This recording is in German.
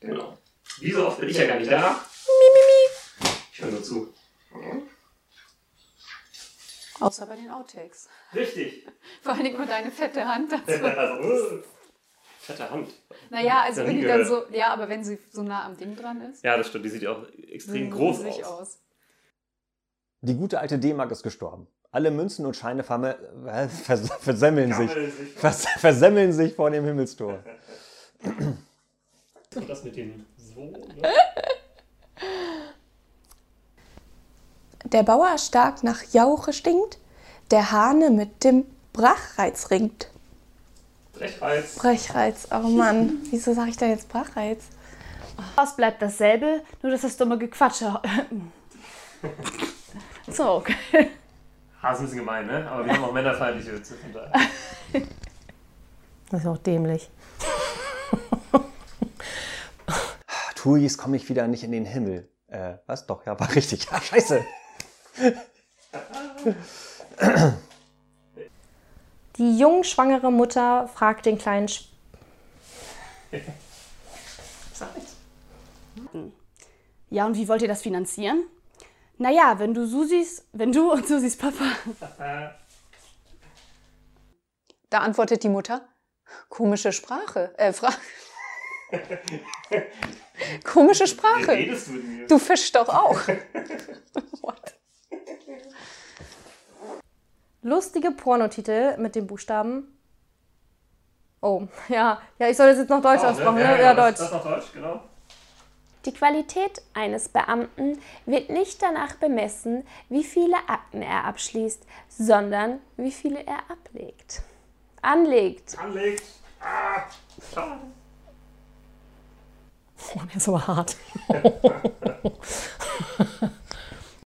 Genau. Wie so oft bin ich ja gar nicht da. Ich höre nur zu. Außer bei den Outtakes. Richtig. Vor allen Dingen mit deine fette Hand dazu. Fette Hand. Naja, also Noch wenn nie die dann gehört. so, ja, aber wenn sie so nah am Ding dran ist, Ja, das stimmt. Die sieht auch extrem Mhm, sehen groß sie sich aus. aus. Die gute alte D-Mark ist gestorben. Alle Münzen und Scheine verme äh, vers versemmeln sich. Gammel sich. Vers versemmeln sich vor dem Himmelstor. Und das mit dem so. Ne? Der Bauer stark nach Jauche stinkt, der Hahne mit dem Brachreiz ringt. Brechreiz. Brachreiz, oh Mann, wieso sage ich da jetzt Brachreiz? Was bleibt dasselbe, nur dass das dumme Gequatsche. so, okay. Hasen sind gemein, ne? Aber wir haben auch männerfeindliche Witze von daher. Das ist auch dämlich. Tuis komme ich wieder nicht in den Himmel. Äh, was? Doch, ja, war richtig. Ah, scheiße. Die jungschwangere Mutter fragt den kleinen Sch Ja, und wie wollt ihr das finanzieren? Naja, wenn du Susis, wenn du und Susis Papa. Da antwortet die Mutter, komische Sprache, äh, Fra Komische Wie Sprache. redest du mit mir? Du fischst doch auch. What? lustige Pornotitel mit den Buchstaben. Oh, ja. Ja, ich soll das jetzt noch Deutsch aussprechen, ne? Ja, Das, Deutsch. das auf Deutsch, genau. Die Qualität eines Beamten wird nicht danach bemessen, wie viele Akten er abschließt, sondern wie viele er ablegt. Anlegt. Anlegt. Ah, schade. Das ist aber hart.